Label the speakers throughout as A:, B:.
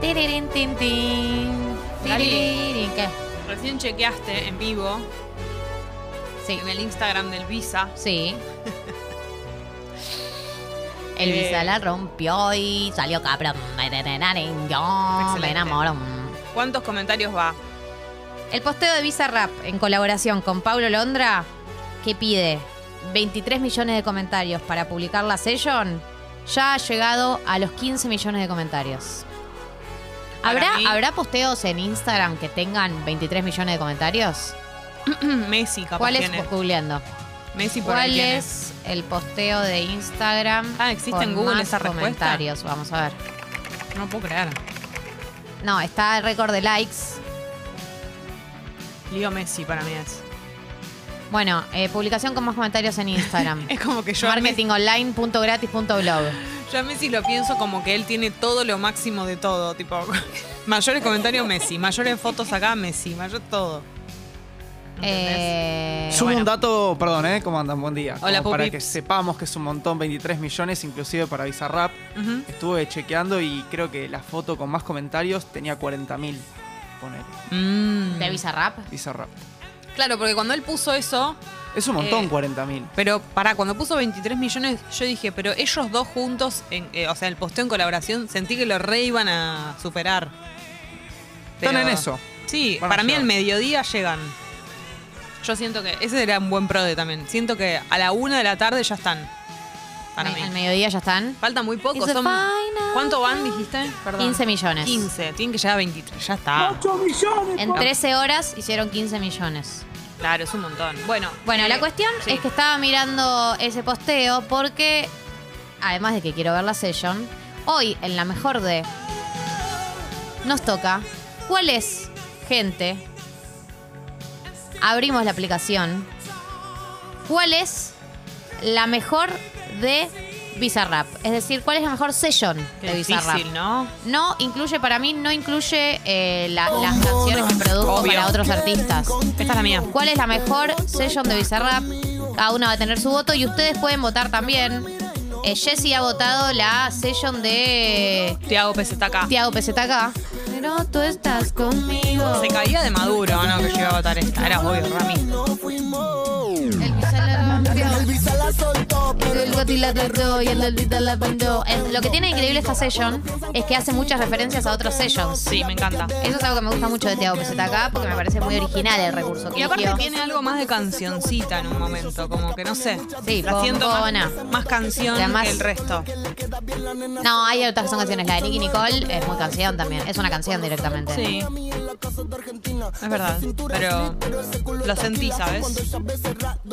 A: Tirirín, tin, tin.
B: Gali.
A: Tirirín, ¿qué?
B: Recién chequeaste en vivo
A: Sí,
B: en el Instagram del Visa.
A: sí. El
B: Eh.
A: Visa la rompió y salió cabrón. Me denenaron, yo
B: Excelente.
A: me enamoro.
B: ¿Cuántos comentarios va?
A: El posteo de Visa Rap en colaboración con Paulo Londra, que pide 23 millones de comentarios para publicar la session, ya ha llegado a los 15 millones de comentarios.
B: Para
A: ¿Habrá,
B: mí-
A: ¿Habrá posteos en Instagram que tengan 23 millones de comentarios?
B: Messi, capaz
A: ¿Cuál es?
B: tiene.
A: Vos googleando.
B: Messi por ahí
A: ¿Cuál
B: tiene.
A: es el posteo de Instagram?
B: Ah, ¿existe
A: con
B: en Google
A: más
B: esa respuesta?
A: comentarios? Vamos a ver.
B: No puedo creer.
A: No, está el récord de likes.
B: Lío Messi para mí es.
A: Bueno, eh, publicación con más comentarios en Instagram.
B: Es como que yo a, Messi,
A: marketingonline.gratis.blog.
B: yo a Messi lo pienso como que él tiene todo lo máximo de todo. Tipo, mayores comentarios Messi, mayores fotos acá Messi, mayor todo. ¿Entendés?
A: Eh,
B: Pero
C: Sumo
B: bueno.
C: un dato, perdón, ¿eh? ¿Cómo andan? Buen día.
B: Hola,
C: Como Para
B: Pupi.
C: que sepamos que es un montón, 23 millones, inclusive para Bizarrap.
B: Ujú.
C: Estuve chequeando y creo que la foto con más comentarios tenía 40.000. Poner
B: Mm.
A: ¿De Bizarrap?
C: Bizarrap.
B: Claro, porque cuando él puso eso,
C: Es un montón,
B: Eh,
C: 40.000.
B: Pero para cuando puso 23 millones, yo dije, pero ellos dos juntos, en, eh, o sea, el posteo en colaboración, sentí que lo re iban a superar.
C: Están en eso.
B: Sí,
C: Van a
B: para mí
C: llegar.
B: al mediodía llegan. Yo siento que ese era un buen pro de también. Siento que a la una de la tarde ya están. Para
A: Me-
B: mí.
A: Al mediodía ya están.
B: Falta muy poco.
A: It's the
B: son-
A: final
B: ¿Cuánto van, dijiste? Perdón.
A: 15 millones.
B: 15. Tienen que llegar a 23. Ya está.
A: En 13 horas hicieron 15 millones.
B: Claro, es un montón. Bueno,
A: Bueno,
B: eh,
A: la cuestión
B: sí.
A: es que estaba mirando ese posteo porque, además de que quiero ver la session, hoy en la mejor de nos toca cuál es, gente, abrimos la aplicación, cuál es la mejor de Bizarrap, es decir, cuál es la mejor session
B: Qué
A: de Bizarrap.
B: difícil, ¿no?
A: No incluye, para mí, no incluye eh, la- las canciones que produjo
B: Obvio.
A: para otros artistas.
B: Esta es la mía.
A: ¿Cuál es la mejor session de Bizarrap? Cada uno va a tener su voto y ustedes pueden votar también. Eh, Jessy ha votado la session de
B: Tiago Pérez está acá.
A: Tiago PZK. Pero tú estás conmigo.
B: Se caía de Maduro, ¿no? Que llegaba a votar esta. Era obvio, Rami.
A: El Lo que tiene increíble esta session es que hace muchas referencias a otros sessions.
B: Sí, me encanta.
A: Eso es algo que me gusta mucho de Tiago PZK porque me parece muy original el recurso que
B: Y aparte
A: eligió.
B: tiene algo más de cancioncita en un momento, como que no sé.
A: Sí,
B: la siento
A: bombona.
B: más, más canción
A: La más-
B: que el resto.
A: No, hay otras que son canciones. La de Nicky Nicole es muy canción también. Es una canción directamente.
B: Sí. Es verdad, pero lo sentí, ¿sabes?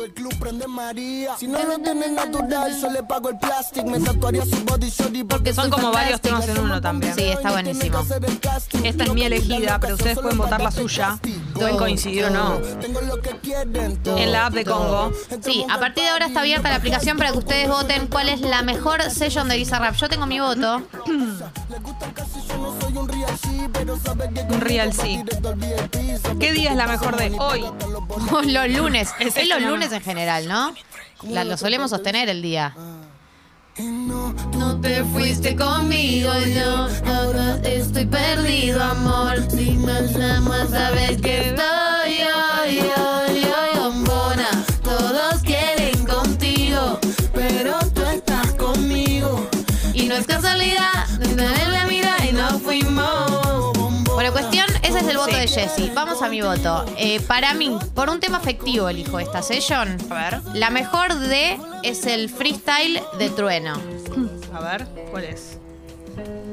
D: El club prende María. Si no lo tienes natural, yo le pago el plastic. Me tatuaría su body shorty porque
B: Son como varios temas en uno también.
A: Sí, está buenísimo.
B: Esta es mi elegida, pero ustedes pueden votar la suya. Pueden coincidir o no.
D: tengo lo que quieren.
B: En la app de Congo.
A: Sí, a partir de ahora está abierta la aplicación para que ustedes voten cuál es la mejor session de Bizarrap. Yo tengo mi voto.
B: Un real sí. ¿Qué día es la mejor de hoy?
A: los lunes.
B: Es
A: Es los
B: el-
A: lunes en general, ¿no? La- lo solemos sostener el día.
E: No te fuiste conmigo yo Ahora estoy perdido, amor Si me llamas sabes que estoy Hoy, hoy, hoy, bombona Todos quieren contigo Pero tú estás conmigo Y no es casualidad No tener la mira y no fuimos
A: Bueno, cuestión, ese es el voto de Jessy. Vamos a mi voto. Eh, para mí, por un tema afectivo elijo esta session.
B: A ver,
A: La mejor de es el freestyle de Trueno.
B: a ver, ¿cuál es?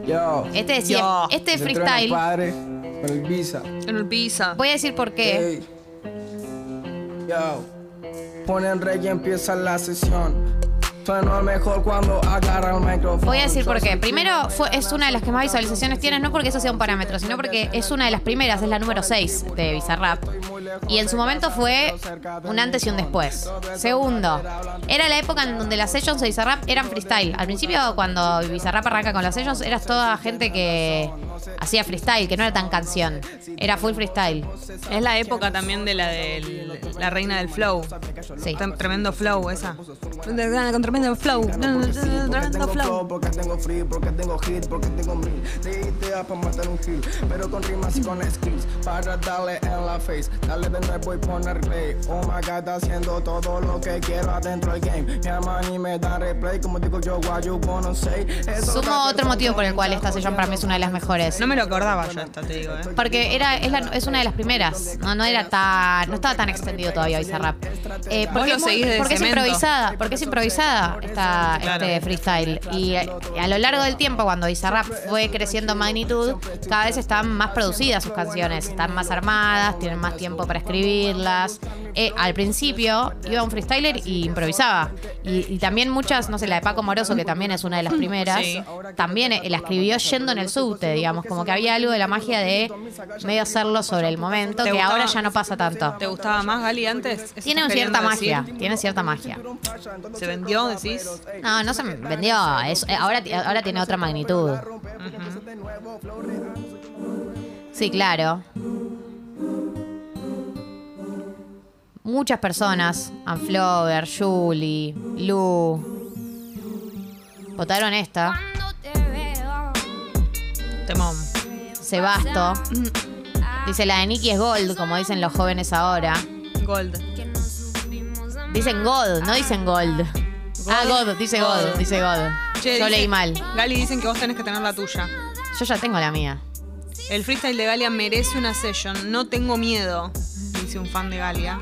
F: Yo,
A: Este, es-
B: Yo,
A: este
F: de
A: freestyle.
F: Trueno padre, con el visa.
B: El Pisa.
A: Voy a decir por qué.
F: Ey. Yo, ponen rey y empieza la sesión. Suena mejor cuando agarra el micrófono.
A: Voy a decir por qué. Primero, fue, es una de las que más visualizaciones tiene, no porque eso sea un parámetro, sino porque es una de las primeras, es la número 6 de Bizarrap. Y en su momento fue un antes y un después. Segundo, era la época en donde las sessions de Bizarrap eran freestyle. Al principio, cuando Bizarrap arranca con las sessions, eras toda gente que hacía freestyle, que no era tan canción. Era full freestyle.
B: Es la época también de la de la reina del flow.
A: Sí.
B: Tem- Tremendo flow esa. Con tremendo flow. Tremendo flow.
D: Porque tengo free, porque tengo hit, porque tengo mil de ideas para matar un kill, pero con rimas y con skills para darle en la face, dale de nuevo y poner play. Oh my god, haciendo todo lo que quiero adentro del game. Me aman y me dan replay, como digo yo, what you gonna say. Esos
A: Sumo
D: rappers
A: otro
D: son
A: motivo por el cual esta sesión para mí es una de las mejores.
B: No me lo acordaba yo esta, te digo, ¿eh?
A: Porque era, es, la- es una de las primeras. No, no era tan, no estaba tan extendido todavía Bizarrap. Eh, porque
B: lo
A: es muy-
B: seguís de
A: porque es
B: cemento.
A: improvisada, porque es improvisada esta,
B: Claro.
A: este freestyle. Y eh, a lo largo del tiempo, cuando Bizarrap fue creciendo en magnitud, cada vez están más producidas sus canciones, están más armadas, tienen más tiempo para escribirlas. Eh, al principio iba un freestyler y improvisaba. Y, y también muchas, no sé, la de Paco Moroso, que también es una de las primeras,
B: Sí.
A: también eh, la escribió yendo en el subte, digamos, como que había algo de la magia de medio hacerlo sobre el momento,
B: ¿Te
A: que
B: gustaba?
A: ahora ya no pasa tanto.
B: ¿Te gustaba más Gali antes? ¿Eso
A: Tiene
B: estás
A: cierta
B: queriendo decir?
A: magia, tiene cierta magia.
B: ¿Se vendió, decís? Ah.
A: No, no se vendió, es- eh, ahora, ti- ahora tiene otra magnitud. Sí, claro. Muchas personas, Anflover, Julie, Lu, votaron esta,
B: Temón.
A: Sebasto. Dice la de Nicky es gold, como dicen los jóvenes ahora.
B: Gold.
A: Dicen God, no dicen Gold. Ah, God, dice God,
B: God.
A: dice God.
B: Che,
A: Yo
B: dice-
A: leí mal.
B: Gali dicen que vos tenés que tener la tuya.
A: Yo ya tengo la mía.
B: El freestyle de Galia merece una session. No tengo miedo, dice un fan de Galia.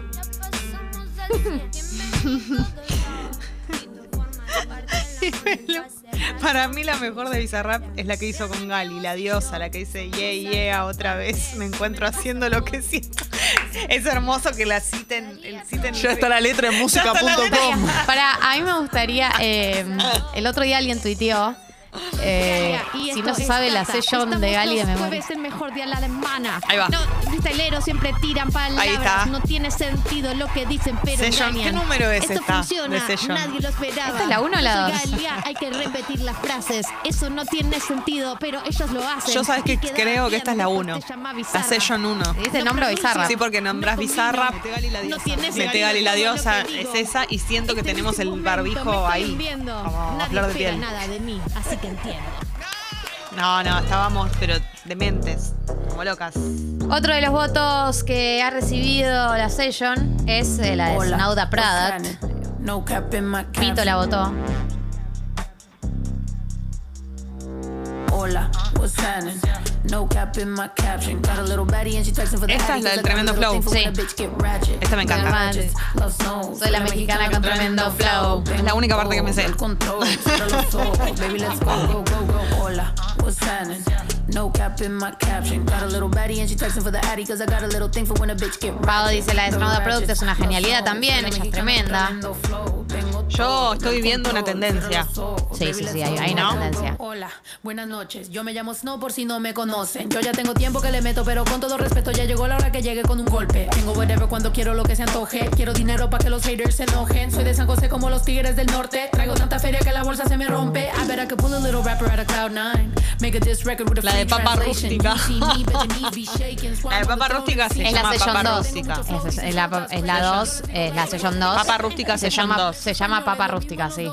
B: Para mí la mejor de Bizarrap es la que hizo con Gali, la diosa, la que dice yeah, yeah, otra vez me encuentro haciendo lo que siento. Es hermoso que la citen. el- citen
C: Ya está la letra en música.com.
A: Para, a mí me gustaría. eh, el otro día alguien tuiteó. eh, si no se sabe la sesión de Gali de memoria.
G: Jueves el mejor día de la semana.
B: Ahí va.
G: No, freestyleros siempre tiran palabras.
B: Ahí está.
G: No tiene sentido lo que dicen, pero
B: Session.
G: engañan.
B: ¿Qué número es
G: Esto
B: esta
G: funciona.
B: de session?
G: Nadie lo esperaba.
A: ¿Esta es la uno o la
G: Yo
A: dos?
G: soy Galia, hay que repetir las frases. Eso no tiene sentido, pero ellos lo hacen.
B: Yo sabes que
G: Y queda
B: creo que esta es la
G: bien, mejor
B: 1.
G: te llama
B: La
G: bizarra.
B: session 1.
A: Dice nombre bizarra.
B: Sí, porque nombrás Bizarra.
G: No tiene
B: Mete
G: sentido
B: Gali la
G: todo lo
B: diosa
G: que digo.
B: es esa y siento que
G: Este es
B: tenemos
G: este
B: el
G: momento, me
B: barbijo
G: estoy
B: ahí.
G: hundiendo.
B: Como a
G: Nadie
B: flor de
G: espera
B: piel.
G: nada de mí, así que entiendo.
B: No, no, estábamos, pero dementes, como locas.
A: Otro de los votos que ha recibido la sesión es eh, la de Snauda Pradat. Pito la votó.
B: Esta es la del tremendo flow.
A: Sí.
B: Esta me encanta.
A: Soy la mexicana con tremendo flow.
B: Es la única parte que me sé.
A: Pau dice la de Snauda Product es una genialidad también, ella es tremenda.
B: Yo estoy viendo una tendencia.
A: Sí, sí, sí, hay, hay una
B: ¿No?
A: tendencia.
H: Hola, buenas noches. Yo me llamo Snow por si no me conocen. Yo ya tengo tiempo que le meto, pero con todo respeto ya llegó la hora que llegue con un golpe. Tengo whatever cuando quiero lo que se antoje. Quiero dinero para que los haters se enojen. Soy de San José como los tigres del norte. Traigo tanta feria que la bolsa se me rompe. I bet I could pull a little rapper out of cloud nine. Make a diss record with a
B: La
H: free
B: de papa
H: translation.
B: rústica.
H: You see me, but your knees be shaking.
B: La de Papa Rústica se
A: Es la
B: llama
A: sesión
B: Papa
A: 2.
B: Rústica.
A: Es, es la, es la 2, es la sesión 2.
B: Papa Rústica,
A: se
B: sesión
A: llama,
B: dos.
A: Se llama Papa Rústica, sí.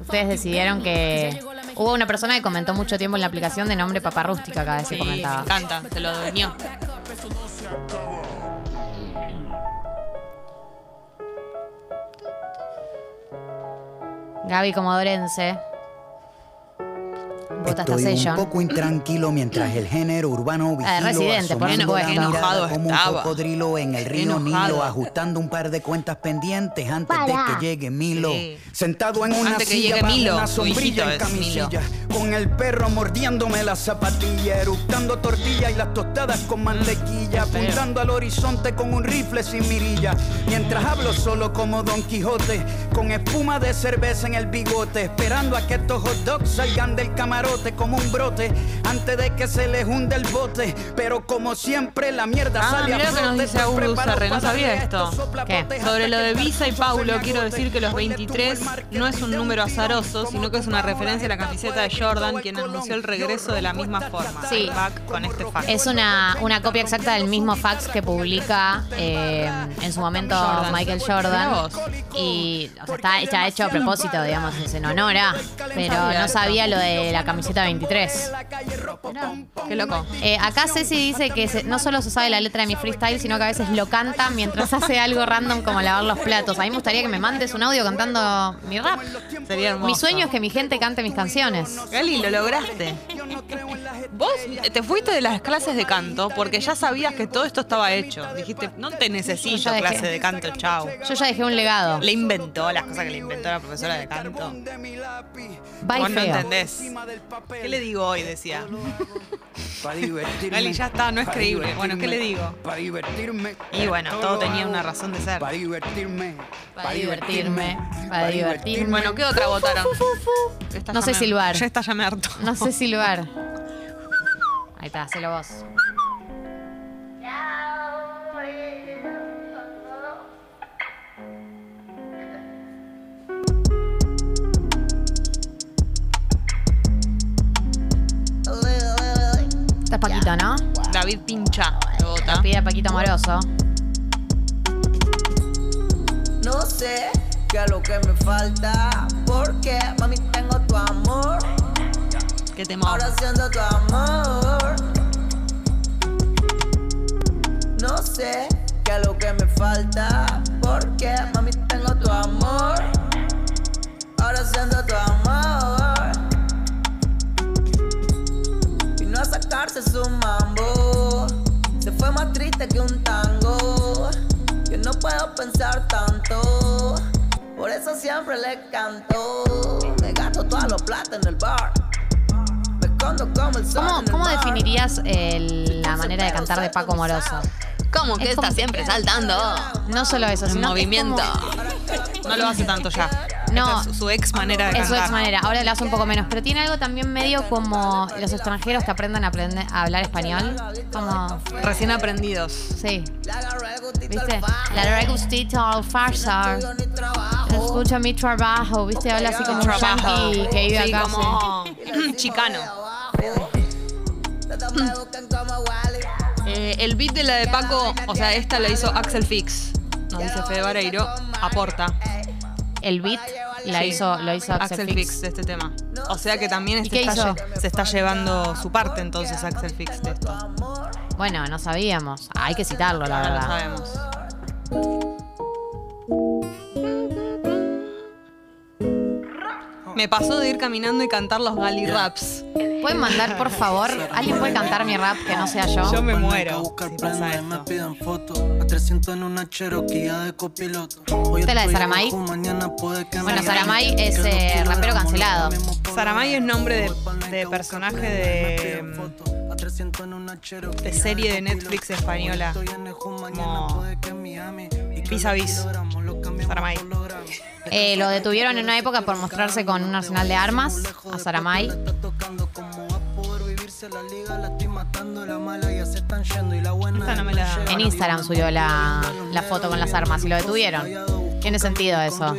A: Ustedes decidieron que hubo una persona que comentó mucho tiempo en la aplicación de nombre Papa Rústica cada vez que
B: Sí, me
A: comentaba.
B: encanta, te lo doñó.
A: Gaby Comodorense. Vota esta
I: Estoy un
A: sesión.
I: poco intranquilo mientras el género urbano vigilo
A: Eh, Residente, por
I: asomando la
A: supuesto.
I: mirada
B: Enojado
I: como un
B: estaba.
I: cocodrilo en el río
B: Enojado.
I: Nilo ajustando un par de cuentas pendientes antes de que llegue Milo
B: Sí.
I: sentado en una
B: Antes que
I: silla
B: llegue
I: bajo
B: Milo,
I: una
B: tu hijito
I: sombrilla en
B: es Milo.
I: camisilla Con el perro mordiéndome la zapatilla, eructando tortillas y las tostadas con mantequilla,
B: Mm,
I: apuntando al horizonte con un rifle sin mirilla. Mientras hablo solo como Don Quijote, con espuma de cerveza en el bigote, esperando a que estos hot dogs salgan del camarote como un brote, antes de que se les hunde el bote. Pero como siempre, la mierda
B: Ah,
I: sale a
B: mirá lo que nos
I: flote,
B: dice
I: estoy
B: Augusto
I: preparado
B: Arre, no
I: para
B: sabía
I: darle a
B: esto.
I: sopla
A: ¿Qué?
I: botes
B: Sobre
I: hasta
B: lo
I: que
B: de
I: el
B: Visa y
I: cartucho
B: Paulo,
I: se me
B: quiero decir que los
I: agote.
B: 23 no es un número azaroso, sino que es una referencia a la camiseta de Jordan, quien anunció el regreso de la misma forma.
A: Sí.
B: Back con este fact.
A: Es una, una copia exacta del mismo fax que publica eh, en su momento
B: Jordan.
A: Michael
B: Mirá
A: Jordan.
B: vos.
A: Y o sea, está, está hecho a propósito, digamos, es en honor a. Pero no sabía lo de la camiseta 23.
B: Qué loco.
A: Eh, acá Ceci dice que se- no solo se sabe la letra de mi freestyle, sino que a veces lo canta mientras hace algo random como lavar los platos. A mí me gustaría que me mandes un audio cantando mi rap.
B: Sería hermoso.
A: Mi sueño es que mi gente cante mis canciones.
B: Gali, lo lograste. Vos te fuiste de las clases de canto porque ya sabías que todo esto estaba hecho. Dijiste, no te necesito
A: Yo dejé.
B: clase de canto, chau.
A: Yo ya dejé un legado.
B: Le inventó las cosas que le inventó la profesora de canto.
A: Bye
B: Vos no
A: feo.
B: entendés. ¿Qué le digo hoy? Decía.
I: Para divertirme.
B: Gali, ya está, no es
I: para
B: creíble. Bueno, ¿qué le
I: divertirme,
B: digo?
I: Para divertirme.
B: Y bueno, todo tenía una razón de ser.
I: Para divertirme.
A: Para divertirme, para divertirme.
B: Bueno, ¿qué otra votaron? Esta
A: No
B: ya
A: sé
B: me-
A: silbar.
B: Ya está, ya me harto.
A: No sé silbar. Ahí está, hacelo vos. Esta es Paquito, ¿no?
B: David Pincha lo vota.
A: Pide a Paquito Amoroso.
E: No sé qué es lo que me falta, porque mami tengo tu amor,
B: Qué temor.
E: ahora siendo tu amor. No sé qué es lo que me falta, porque mami tengo tu amor, ahora siendo tu amor. Vino a sacarse su mambo, se fue más triste que un tango. Yo no puedo pensar tanto, por eso siempre le canto. Me gasto toda la plata en el bar, me escondo como el sol.
A: ¿Cómo,
E: en el
A: cómo
E: mar.
A: definirías el- la manera de cantar de Paco Amoroso? Es
J: Como que
A: como-
J: está siempre saltando.
A: No solo eso,
J: En
A: sino que es
J: movimiento.
A: como-
B: No lo hace tanto ya.
A: No.
B: Esta Es su ex manera de
A: Es su
B: cantar.
A: ex manera, ahora lo hace un poco menos, pero tiene algo también medio como los extranjeros que aprenden a, aprender, a hablar español. Como,
B: Recién aprendidos.
A: sí. ¿Viste? La gustito al farsa. Escucha mi trabajo, ¿viste? Habla así como un
B: Trabajo.
A: yankee que vive
B: Sí,
A: acá. sí.
B: como chicano. Eh, el beat de la de Paco, o sea, esta la hizo Axel Fix. Nos dice Fede Vareiro. Aporta.
A: El beat la
B: Sí.
A: hizo, lo hizo Axel
B: Axel Fix
A: Fix.
B: de este tema. O sea que también
A: ¿Y
B: este
A: qué
B: está
A: hizo?
B: lle- se está llevando su parte entonces Axel Fix de esto.
A: Bueno, no sabíamos. Hay que citarlo, la
B: Ahora lo
A: verdad.
B: sabemos. Me pasó de ir caminando y cantar los Gali Raps.
A: ¿Pueden mandar, por favor? ¿Alguien puede cantar mi rap que no sea yo?
B: Yo me
F: Venga
B: muero.
F: a buscar
B: si
F: prenda
B: pasa
F: y me
B: esto.
F: pidan fotos. A 300 en una Cherokee ya de copiloto. Hoy
A: ¿Esta es la de
F: estoy
A: Saramay?
F: abajo, mañana puede que
A: Bueno,
F: me
A: Saramay
F: llamen.
A: es,
F: Que no
A: eh,
F: quiero
A: rapero
F: amor,
A: cancelado.
F: lo mismo por
B: Saramay es nombre de,
F: Venga
B: de
F: a buscar
B: personaje
F: prenda y me
B: de,
F: pidan fotos. A 300 en una Cherokee
B: de
F: ya
B: serie de
F: copiloto.
B: Netflix española.
F: Hoy estoy en Ejú, mañana
B: Como
F: puede que en Miami. Y
B: Vis a Vis.
F: kilogramos, lo cambiamos
B: Saramay.
F: por los gramos.
A: Eh, lo detuvieron en una época por mostrarse con un arsenal de armas a Saramay.
F: Está tocando como va a poder vivirse la liga, la estoy matando, la mala ya se están yendo y la buena
B: Esta no me la-
A: En Instagram subió la, la foto con las armas y lo detuvieron. Tiene sentido eso.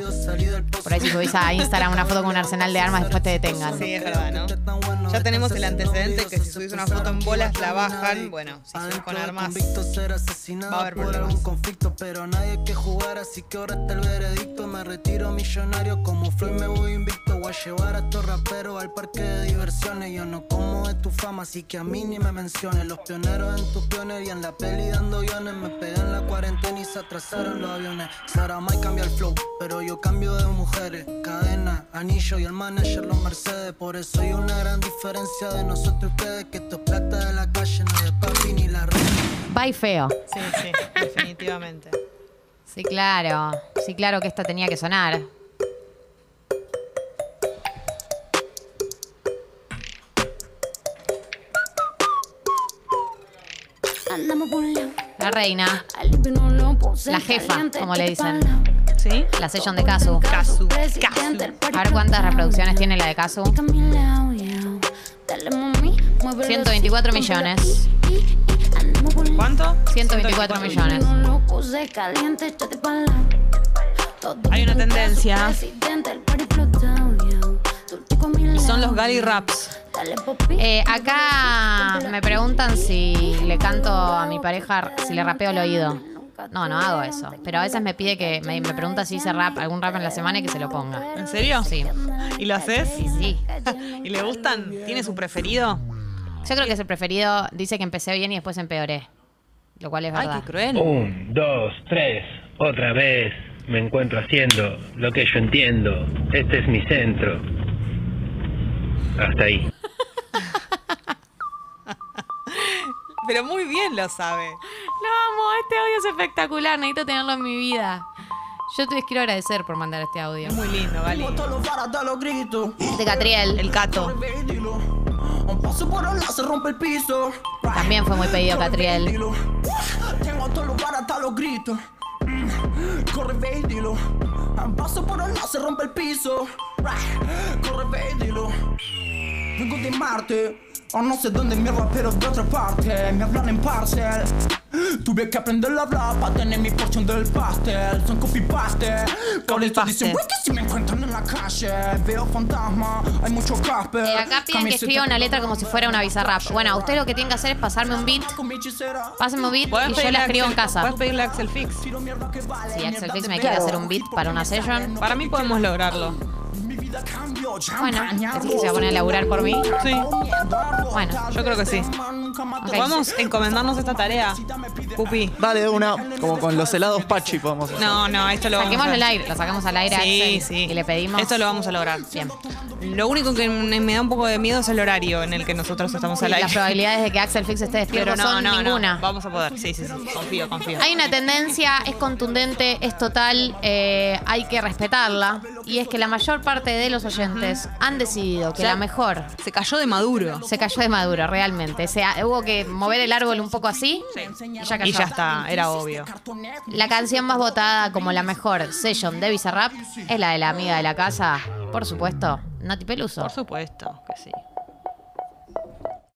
A: Por ahí si subís a Instagram una foto con un arsenal de armas, después te detengan.
B: Sí, es verdad, ¿no? Ya tenemos el antecedente que si subís una foto en bolas la bajan. Bueno, si subís con armas.
F: Convicto ser
B: va a
F: asesinado
B: haber
F: por
B: problemas.
F: algún conflicto, pero nadie que jugar, así que ahora está el veredicto. Me retiro millonario como Floyd, me voy invicto. Voy a llevar a estos raperos al parque de diversiones. Yo no como de tu fama, así que a mí ni me menciones. Los pioneros en tus piones y en la peli dando guiones. Me pegué en la cuarentena y se atrasaron los aviones. Saramay cambia el flow, pero yo cambio de mujeres. Cadena, anillo y el manager los Mercedes. Por eso hay una gran diferencia de nosotros y ustedes. Que esto es plata de la calle, no de papi ni la red.
A: Bye feo.
B: Sí, sí, definitivamente.
A: Sí, claro. Sí, claro que esta tenía que sonar.
J: Andamos por un lado,
A: La reina.
J: al limpio no lo puse.
A: La jefa,
J: Caliente,
A: como le dicen.
J: chupa la-
B: ¿Sí?
A: La session de Casu.
B: Casu.
J: Presidente, el party
A: A ver cuántas
J: está
A: reproducciones
J: down.
A: tiene la de Casu.
J: Está a mi lado, yeah. Dale, mami, muévelo
A: 124
J: así,
A: millones.
J: muévelo así, y- y- andamos por un lado.
B: ¿Cuánto?
A: 124 millones.
J: No lo puse caliente, échate pa'l lado. Todo
B: Hay una
J: bien,
B: tendencia.
J: caso, presidente, el party explotado, yeah. Tú, chico, a mi
B: Y son los
J: lado,
B: Gali
J: yeah.
B: Raps.
J: Dale, papi,
A: Eh, acá me preguntan si le canto a mi pareja, si le rapeo el oído. No, no hago eso. Pero a veces me pide que, me, me pregunta si hice rap, algún rap en la semana y que se lo ponga.
B: ¿En serio?
A: Sí.
B: ¿Y lo haces?
A: Y sí.
B: ¿Y le gustan? ¿Tiene su preferido?
A: Yo creo que es el preferido. Dice que empecé bien y después empeoré. Lo cual es
B: Ay,
A: verdad.
B: qué cruel.
K: Un, dos, tres, otra vez me encuentro haciendo lo que yo entiendo. Este es mi centro. Hasta ahí.
B: Pero muy bien lo sabe.
A: Lo amo, este audio es espectacular. Necesito tenerlo en mi vida. Yo te quiero agradecer por mandar este audio.
B: Es muy lindo, Gali.
F: Todos los varas, todos los gritos.
A: De Catriel.
B: El gato.
F: Pedilo. Un paso por un lado se rompe el piso.
A: También fue muy pedido Catriel.
F: Pedilo. Tengo todos los varas, todos los gritos. Mm. Corre, ve y dilo. Un paso por un lado se rompe el piso. Right. Corre, ve y dilo. Vengo de Marte. Oh, O no sé dónde mierda, pero de otra parte. Me hablan en parcel. Tuve que aprender a hablar para tener mi porción del pastel. Son copy paste. Por esto
B: paste.
F: dicen, "Güey, que si me encuentran en la calle. Veo fantasma, hay mucho casper.
A: Eh, acá piden que escriba una letra como si fuera una bizarrap. Bueno, usted lo que tiene que hacer es pasarme un beat. Pásenme un beat y yo
B: pedirle
A: la
B: a
A: escribo en
B: Axel-
A: casa.
B: Puedes pedirle a Axel Fix.
A: Si Axel Fix me quiere hacer un beat para una session,
B: Para mí podemos lograrlo.
A: bueno, así que se va a poner a laburar por mí.
B: Sí,
A: Bueno,
B: yo creo que sí.
A: ok.
B: Vamos a encomendarnos esta tarea. Pupi.
C: Dale de una, como con los helados Pachi podemos hacer.
B: No, no, esto lo vamos
A: Saquémoslo
B: a
A: al aire, lo sacamos al aire a
B: Sí,
A: Axel
B: sí.
A: y le pedimos.
B: Esto lo vamos a lograr.
A: Bien.
B: Lo único que me da un poco de miedo es el horario en el que nosotros estamos al aire.
A: Las probabilidades de que Axel Fix esté despierto
B: Pero no,
A: son
B: no,
A: ninguna.
B: no. Vamos a poder. Sí, sí, sí. Confío, confío.
A: Hay una tendencia, es contundente, es total, eh, hay que respetarla. Y es que la mayor parte de los oyentes han decidido que
B: Ya.
A: la mejor
B: Se cayó de Maduro.
A: se cayó de Maduro, realmente. Se, ha- hubo que mover el árbol un poco así y ya cayó.
B: Y ya está, era obvio.
A: La canción más votada como la mejor session de Bizarrap es la de la amiga de la casa, por supuesto, Nati Peluso.
B: Por supuesto que sí.